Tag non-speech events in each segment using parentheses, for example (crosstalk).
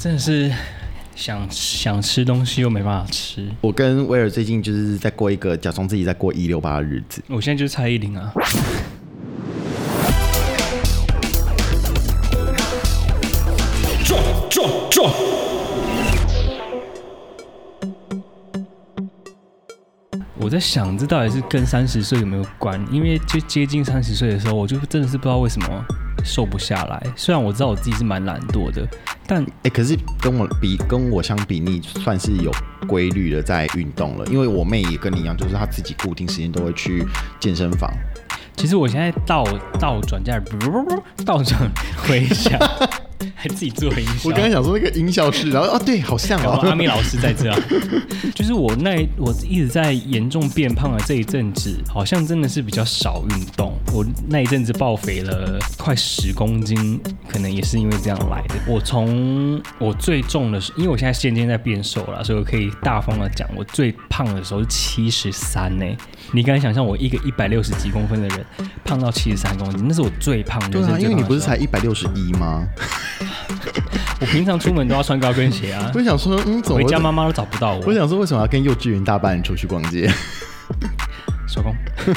真的是想想吃东西又没办法吃。我跟威尔最近就是在过一个假装自己在过一六八的日子。我现在就是蔡依林啊，撞撞撞！我在想这到底是跟三十岁有没有关？因为就接近三十岁的时候，我就真的是不知道为什么瘦不下来。虽然我知道我自己是蛮懒惰的，但哎、可是跟我比，跟我相比，你算是有规律的在运动了。因为我妹也跟你一样，就是她自己固定时间都会去健身房。其实我现在倒倒转加倒转回想，还自己做音效。想说那个音效是，然后哦对，好像然后阿咪老师在这啊，就是我那我一直在严重变胖的这一阵子，好像真的是比较少运动。我那一阵子爆肥了快十公斤，可能也是因为这样来的。我从我最重的时候，因为我现在渐渐在变瘦了，所以我可以大方的讲，我最胖的时候是七十三呢。你敢想象我一个一百六十几公分的人，胖到七十三公斤，那是我最胖的。 (laughs) 对啊，人生最因为你胖的不是时候才一百六十一 (laughs) 吗？我平常出门都要穿高跟鞋 (laughs)，啊我想说，嗯，怎么回会家妈？妈都找不到我。我想说，为什么要跟幼稚园大班人出去逛街？ (laughs) 手 (laughs) 工，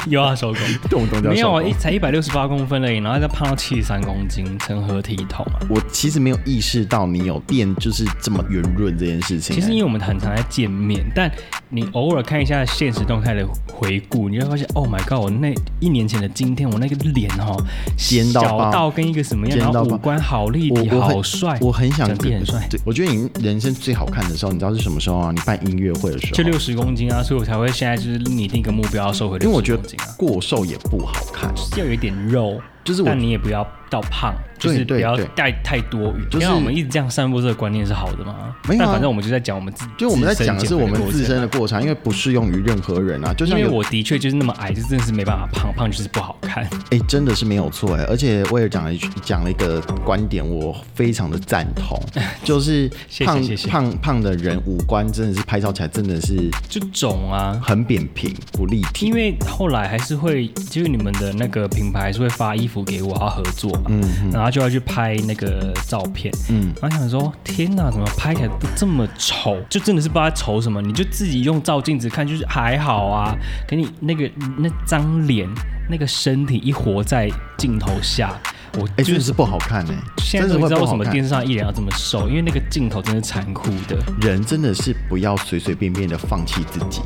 有啊，手工，动不动就要没有手啊，工一才一百六十八公分而已，然后再胖到七十三公斤，成何体统啊！我其实没有意识到你有变就是这么圆润这件事情、其实因欸为我们很常在见面，但你偶尔看一下现实动态的回顾，你会发现，Oh my god，我那一年前的今天，我那个脸哦，尖到爆小到跟一个什么样，尖然到爆后五官好立体，我我很好帅，我很想整体很帅。对，我觉得你人生最好看的时候，你知道是什么时候啊？你办音乐会的时候，就六十公斤啊，所以我才会现在就是拟定一个目标，要瘦回因六为我十觉公得斤啊，过瘦也不好看，要有一点肉，就是我但你也不要到胖，就对是不对要对带太多余。就是因为我们一直这样散播这个观念是好的嘛？没有啊但反正我们就在讲我们自，就我们在讲的是我们自减肥身的的过过程，因为不适用于任何人啊。就程。因像为有我的确就是那么矮，就真的是没办法胖，胖就是不好看。哎、真的是没有错哎、而且我也讲了一句，讲了一个观点，我非常的赞 (laughs) 同，就是谢谢胖谢谢胖胖的人五官真的是拍照起来真的是就肿啊，很扁平不立体。因为后来还是会，就是你们的那个品牌还是会发衣服给我要合作嘛，嗯然后就要去拍那个照片，嗯，然后想说天哪，怎么拍起来都这么丑？就真的是不知道在丑什么，你就自己用照镜子看，就是还好啊，可你那个那张脸、那个身体一活在镜头下，我就哎、真的是。是不好看哎、现在都真的不会知道不为什好么看电视上艺人要这么瘦，因为那个镜头真的是残酷的。人真的是不要随随便便的放弃自 (laughs) 己。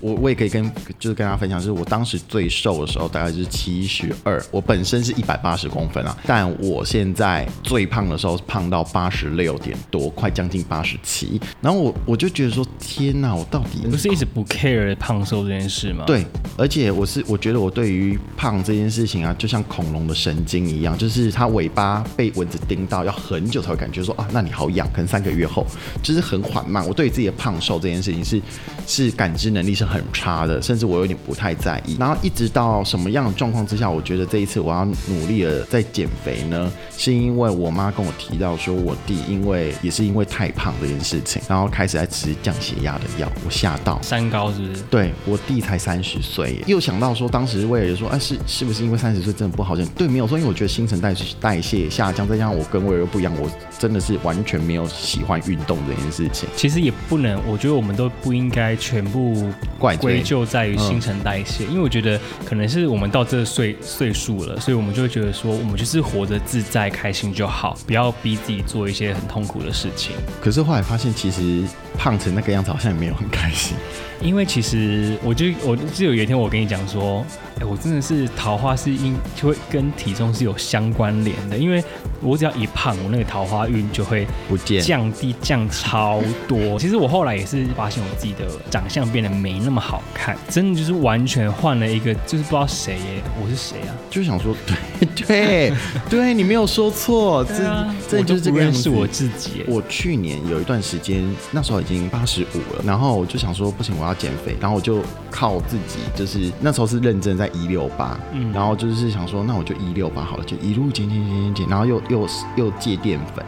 我我也可以跟就是跟大家分享，是我当时最瘦的时候大概是七十二，我本身是一百八十公分啊，但我现在最胖的时候胖到八十六点多，快将近八十七。然后我我就觉得说，天哪，我到底不是一直不 care 胖瘦这件事吗？，对，而且我是我觉得我对于胖这件事情啊，就像恐龙的神经一样，就是它尾巴被蚊子叮到，要很久才会感觉说啊，那你好痒，可能三个月后，就是很缓慢。我对于自己的胖瘦这件事情是是感知能力是很差的，甚至我有点不太在意。然后一直到什么样的状况之下，我觉得这一次我要努力的在减肥呢，是因为我妈跟我提到说，我弟因为也是因为太胖这件事情，然后开始在吃降血压的药，我吓到。三高是不是？对我弟才三十岁耶，又想到说，当时为了说，哎、是是不是因为三十岁真的不好减？对，没有错，因为我觉得新陈代谢代谢下降，再加上我跟威尔又不一样，我真的是完全没有喜欢运动这件事情。其实也不能，我觉得我们都不应该全部怪罪归咎在于新陈代谢，因为我觉得可能是我们到这个岁岁数了，所以我们就会觉得说，我们就是活得自在开心就好，不要逼自己做一些很痛苦的事情。可是后来发现，其实胖成那个样子，好像也没有很开心。因为其实我就我就有一天我跟你讲说，哎，我真的是桃花是因就会跟体重是有相关联的，因为我只要一胖，我那个桃花运就会 (laughs) 不见降低降超多。其实我后来也是发现我自己的长相变得没那么好看，真的就是完全换了一个，就是不知道谁耶，我是谁啊？就想说，对 (laughs) 对对，你没有说错，这、这啊我就都是这不个样认子。识我自己耶。我去年有一段时间，那时候已经八十五了，然后我就想说不行，我要减肥，然后我就靠自己，就是那时候是认真在一六八，嗯然后就是想说那我就一六八好了，就一路减减减减减，然后又又又戒淀粉。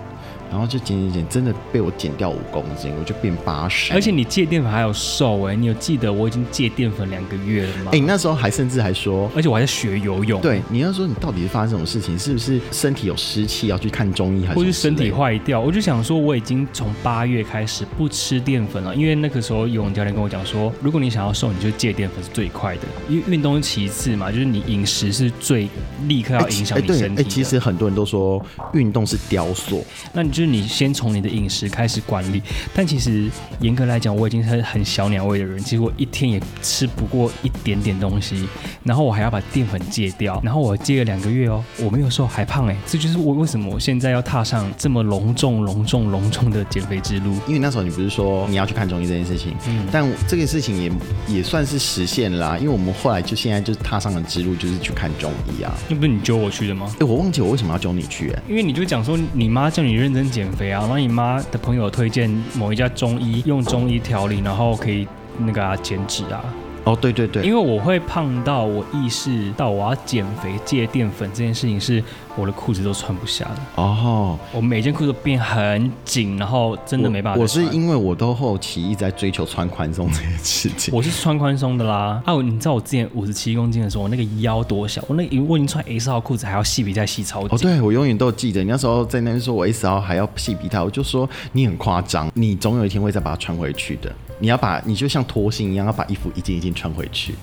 然后就减减减，真的被我减掉五公斤，我就变八十。而且你戒淀粉还有瘦哎、你有记得我已经戒淀粉两个月了吗？哎、你那时候还甚至还说，而且我还在学游泳，，对你要说你到底是发生什么事情，是不是身体有湿气要去看中医，还是或是什身么之类体的？坏掉，我就想说我已经从八月开始不吃淀粉了，因为那个时候游泳教练跟我讲说，如果你想要瘦，你就戒淀粉是最快的，因为运动是其次嘛，就是你饮食是最立刻要哎影响哎你对身体哎，的。其实很多人都说运动是雕塑，那你就是你先从你的饮食开始管理，但其实严格来讲，我已经是很小鸟胃的人，其实我一天也吃不过一点点东西，然后我还要把淀粉戒掉，然后我戒了两个月哦，我没有瘦还胖哎、这就是我为什么我现在要踏上这么隆重、隆重、隆重的减肥之路。因为那时候你不是说你要去看中医这件事情，但这个事情也也算是实现啦、因为我们后来就现在就踏上了之路，就是去看中医啊。那不是你揪我去的吗？哎、我忘记我为什么要揪你去、哎，因为你就讲说你妈叫你认真减肥啊，然后你妈的朋友推荐某一家中医，用中医调理，然后可以那个啊减脂啊，哦，对对对，因为我会胖到我意识到我要减肥戒淀粉这件事情，是我的裤子都穿不下了，哦，我每件裤子都变很紧，然后真的没办法我。再我是穿。因为我都后期一直在追求穿宽松这件事情。我是穿宽松的啦，啊，我你知道我之前五十七公斤的时候，我那个腰多小？我那个我已经穿 S 号裤子，还要细皮带细超哦，紧。 (laughs) 对，我永远都记得你那时候在那边说我 S L 还要细皮带，我就说你很夸张，你总有一天会再把它穿回去的。你要把你就像脱星一样，要把衣服一件一件穿回去。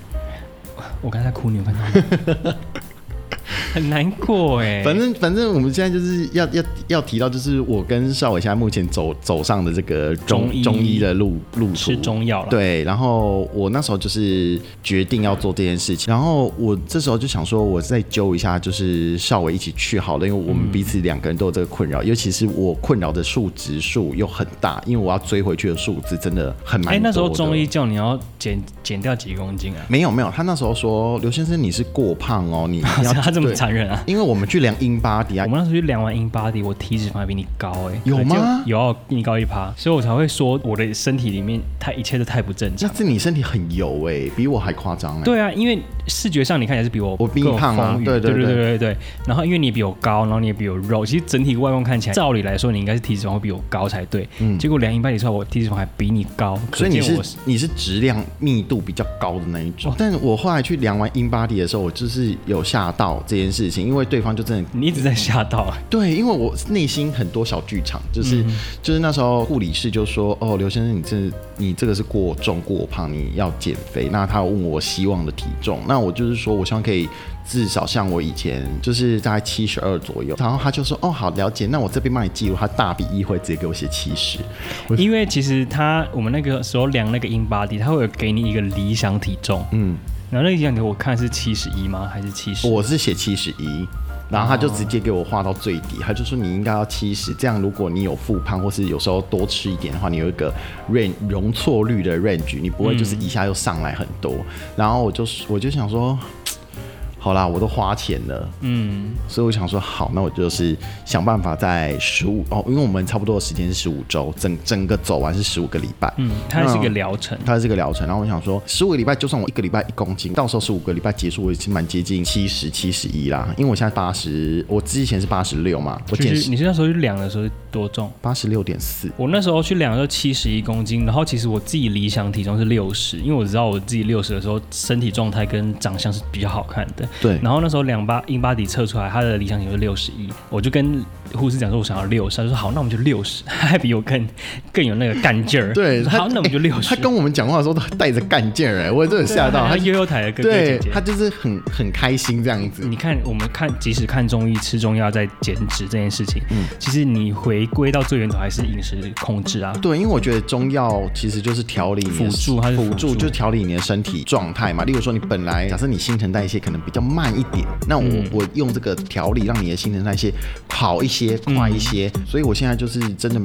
我刚才哭，你有看到吗？ (laughs) 很难过哎、反正反正我们现在就是要要要提到，就是我跟邵伟现在目前走走上的这个中中医中医的路路途，吃中药了。，对，然后我那时候就是决定要做这件事情，然后我这时候就想说，我再揪一下，就是邵伟一起去好了，因为我们彼此两个人都有这个困扰，尤其是我困扰的数值数又很大，因为我要追回去的数字真的很蛮哎、多的。那时候中医叫你要减减掉几公斤 (laughs) 啊？没有没有，他那时候说刘先生你是过胖哦，你你要 (laughs) 他这么对残忍啊？因为我们去量英巴迪啊我，们那时候去量完 in body，我体脂肪还比你高哎、有吗就有啊，比你高一趴，所以我才会说我的身体里面它一切都太不正那常。次你身体很油哎、比我还夸张哎、对啊，因为视觉上你看起来是比我我比你更有胖啊丰腴对对对对对对对对。然后因为你比我高，然后你也比我肉，其实整体外观看起来，照理来说你应该是体脂肪会比我高才对。结果量 in body 出来，我体脂肪还比你高，嗯所以你可见是我哦你是质量密度比较高的那一种，但我后来去量完 in body 的时候，我就是有吓到这件事情，因为对方就真的你一直在吓到啊。对，因为我内心很多小剧场，就是、嗯就是那时候护理师就说，哦，刘先生，你这你这个是过重过胖，你要减肥。那他有问我希望的体重，那我就是说我希望可以至少像我以前就是大概七十二左右，然后他就说，哦，好了解，那我这边帮你记录，他大笔一挥直接给我写七十，因为其实他我们那个时候量那个 in body，他会有给你一个理想体重，嗯，然后那个理想体我看是七十一吗？还是七十？我是写七十一，然后他就直接给我画到最低，他就说你应该要七十，这样如果你有复胖或是有时候多吃一点的话，你有一个 range 容错率的 range，你不会就是一下又上来很多。嗯然后我就我就想说，好啦，我都花钱了，嗯，所以我想说，好，那我就是想办法在十五哦，因为我们差不多的时间是十五周，整整个走完是十五个礼拜，嗯，它是一个那疗程。它是这个疗程，然后我想说，十五个礼拜，就算我一个礼拜一公斤，到时候十五个礼拜结束，我已经蛮接近七十、七十一啦。因为我现在八十，我之前是八十六嘛，我就减是你是那时候去量的时候是多重？八十六点四。我那时候去量的时候七十一公斤，然后其实我自己理想体重是六十，因为我知道我自己六十的时候身体状态跟长相是比较好看的。对然后那时候两八英巴底测出来，他的理想体重是六十一，我就跟护士讲说，我想要六十，他就说好，那我们就六十， (laughs) 他还比我更更有那个干劲儿。对，我说他好，那我们就欸六十、他跟我们讲话的时候都带着干劲儿，哎，我真的吓到 (laughs) 他他。悠悠台的哥哥姐对姐他。就是很很开心这样子。你看，我们看，即使看中医、吃中药在减脂这件事情，嗯，其实你回归到最源头还是饮食控制啊。对，因为我觉得中药其实就是调理你的辅助它是辅辅助就是调理你的身体状态嘛。例如说，你本来假设你新陈代谢可能比较慢一点，那我、嗯我用这嗯个调理让你的新陈代谢好一些、快一些。所以我现在就是真的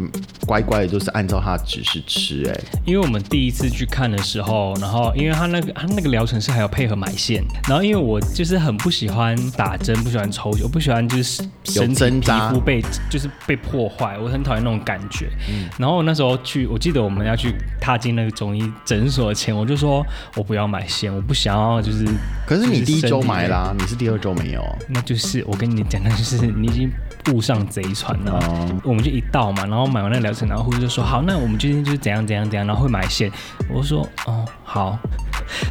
乖乖的，就是按照他的指示吃、欸。哎，因为我们第一次去看的时候，然后因为他那个他那个疗程是还有配合埋线，然后因为我就是很不喜欢打针，不喜欢抽血，我不喜欢就是身有体挣皮扎肤被就是被破坏，我很讨厌那种感觉。然后那时候去，我记得我们要去踏进那个中医诊所前，我就说我不要买线，我不想要就是。可是你就第一周身体买被啦，你是第二周没有。那就是我跟你讲，那就是你已经误上贼船了。哦我们就一到嘛，然后买完那个疗程，然后护士就说：“好，那我们今天就是怎样怎样怎样，然后会买线。”我就说：“哦，好。”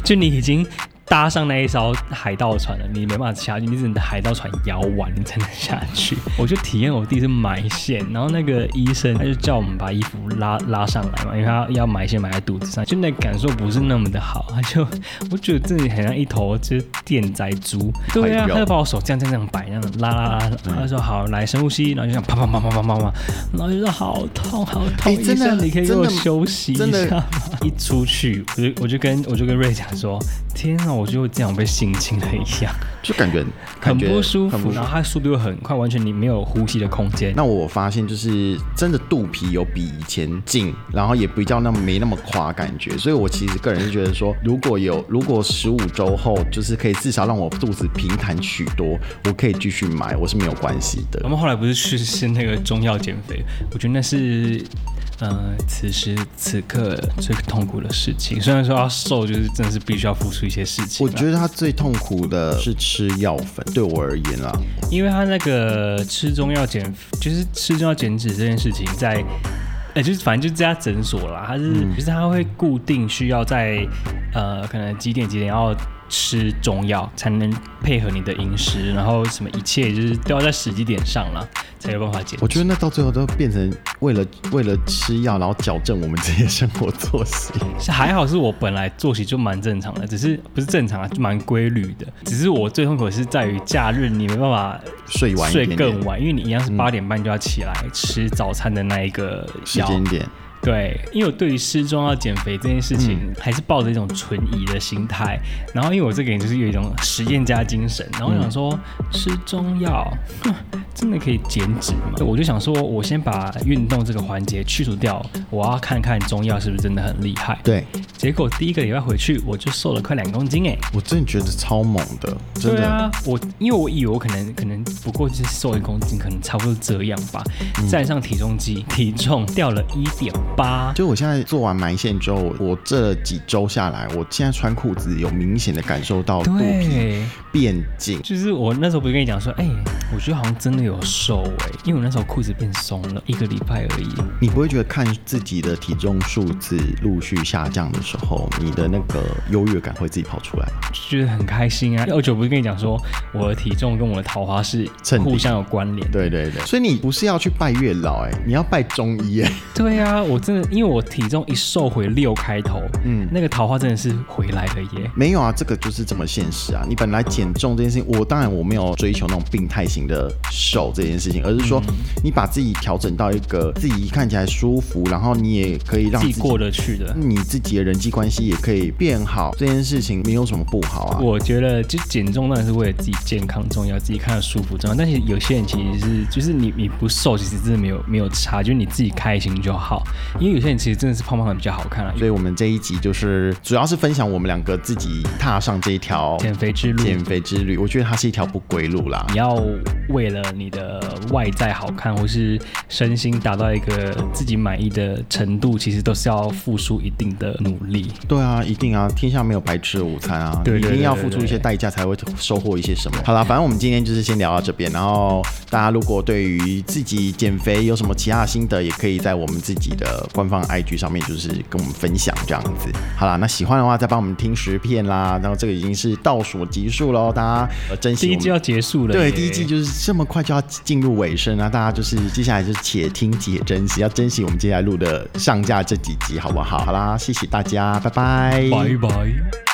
就你已经搭上那一艘海盗船了，你没办法下去，你只能等海盗船摇完你才能下去。我就体验我第一次埋线，然后那个医生他就叫我们把衣服拉拉上来嘛，因为他要埋线埋在肚子上，就那感受不是那么的好，他就我觉得自己很像一头就是电宰猪， (laughs) 对啊，肉他就把我手这样这样这样摆，这样拉拉拉，他说好来深呼吸，然后就想啪啪啪啪啪啪啪，然后就说好痛好痛，哎医真的生你可以给真我的休息一下真的吗。一出去我就我就跟我就跟瑞讲说，天啊，我就这样被性侵了一样，就感觉很感觉不舒很服，然后它速度又很快，完全你没有呼吸的空间。那我发现就是真的肚皮有比以前近，然后也比较那么没那么垮感觉，所以我其实个人是觉得说，如果有如果十五周后就是可以至少让我肚子平坦许多，我可以继续买，我是没有关系的我。们后来不是去吃那个中药减肥，我觉得那是，呃，此时此刻最痛苦的事情。虽然说要瘦，就是真的是必须要付出一些事情我啊。觉得他最痛苦的是吃药粉，对我而言啊啦，因为他那个吃中药减，就是吃中药减脂这件事情在，呃，就是反正就是这家诊所啦，它是、就是它会固定需要在呃可能几点几点要。吃中药才能配合你的饮食，然后什么一切就是都要在时机点上了，才有办法减。我觉得那到最后都变成为了为了吃药，然后矫正我们这些生活作息。是还好是我本来作息就蛮正常的，只是不是正常啊，就蛮规律的。只是我最痛苦的是在于假日你没办法睡晚一睡点点嗯更晚，因为你一样是八点半就要起来吃早餐的那一个时药。间点，对，因为我对于失踪要减肥这件事情，嗯还是抱着一种存疑的心态。然后，因为我这个人就是有一种实验家精神，然后我想说，吃中药哼真的可以减脂吗？我就想说，我先把运动这个环节去除掉，我要看看中药是不是真的很厉害。，对结果第一个礼拜回去，我就瘦了快两公斤哎、我真的觉得超猛的，真对的。啊，我因为我以为我可能可能不过就是瘦一公斤，可能差不多这样吧。嗯站上体重机，体重掉了一点八，就我现在做完埋线之后，我这几周下来，我现在穿裤子有明显的感受到肚皮对，变紧。就是我那时候不是跟你讲说，哎、我觉得好像真的有瘦哎、因为我那时候裤子变松了，一个礼拜而已。你不会觉得看自己的体重数字陆续下降的时候，你的那个优越感会自己跑出来吗？就是很开心啊！二九不是跟你讲说，我的体重跟我的桃花是衬底互相有关联。对对对，所以你不是要去拜月老哎、你要拜中医哎、对啊，我真的因为我体重一瘦回六开头，嗯，那个桃花真的是回来了耶。没有啊，这个就是这么现实啊。你本来减重这件事情，我当然我没有追求那种病态型的瘦这件事情，而是说你把自己调整到一个自己看起来舒服，然后你也可以让自自己己过得去的，你自己的人际关系也可以变好，这件事情没有什么不好啊。我觉得就减重当然是为了自己健康重要，自己看着舒服重要。但是有些人其实是就是你你不瘦，其实真的没有没有差，就是你自己开心就好。因为有些人其实真的是胖胖的比较好看啊。所以，我们这一集就是主要是分享我们两个自己踏上这一条减肥之路，减肥之旅。我觉得它是一条不归路啦。你要为了你的外在好看或是身心达到一个自己满意的程度，其实都是要付出一定的努力。对啊，一定啊，天下没有白吃的午餐啊，对对对你一定要对付出对一些代价才会收获一些什么。好啦，反正我们今天就是先聊到这边，然后大家如果对于自己减肥有什么其他的心得，也可以在我们自己的官方 IG 上面就是跟我们分享这样子。好啦，那喜欢的话再帮我们听十片啦，然后这个已经是倒数集数喽，大家呃珍惜第我一们季要结束了耶，对，第一季就是这么快就要进入尾声啊！大家就是接下来就是且听且珍惜，要珍惜我们接下来录的上架这几集，好不好？好啦，谢谢大家，拜拜，拜拜。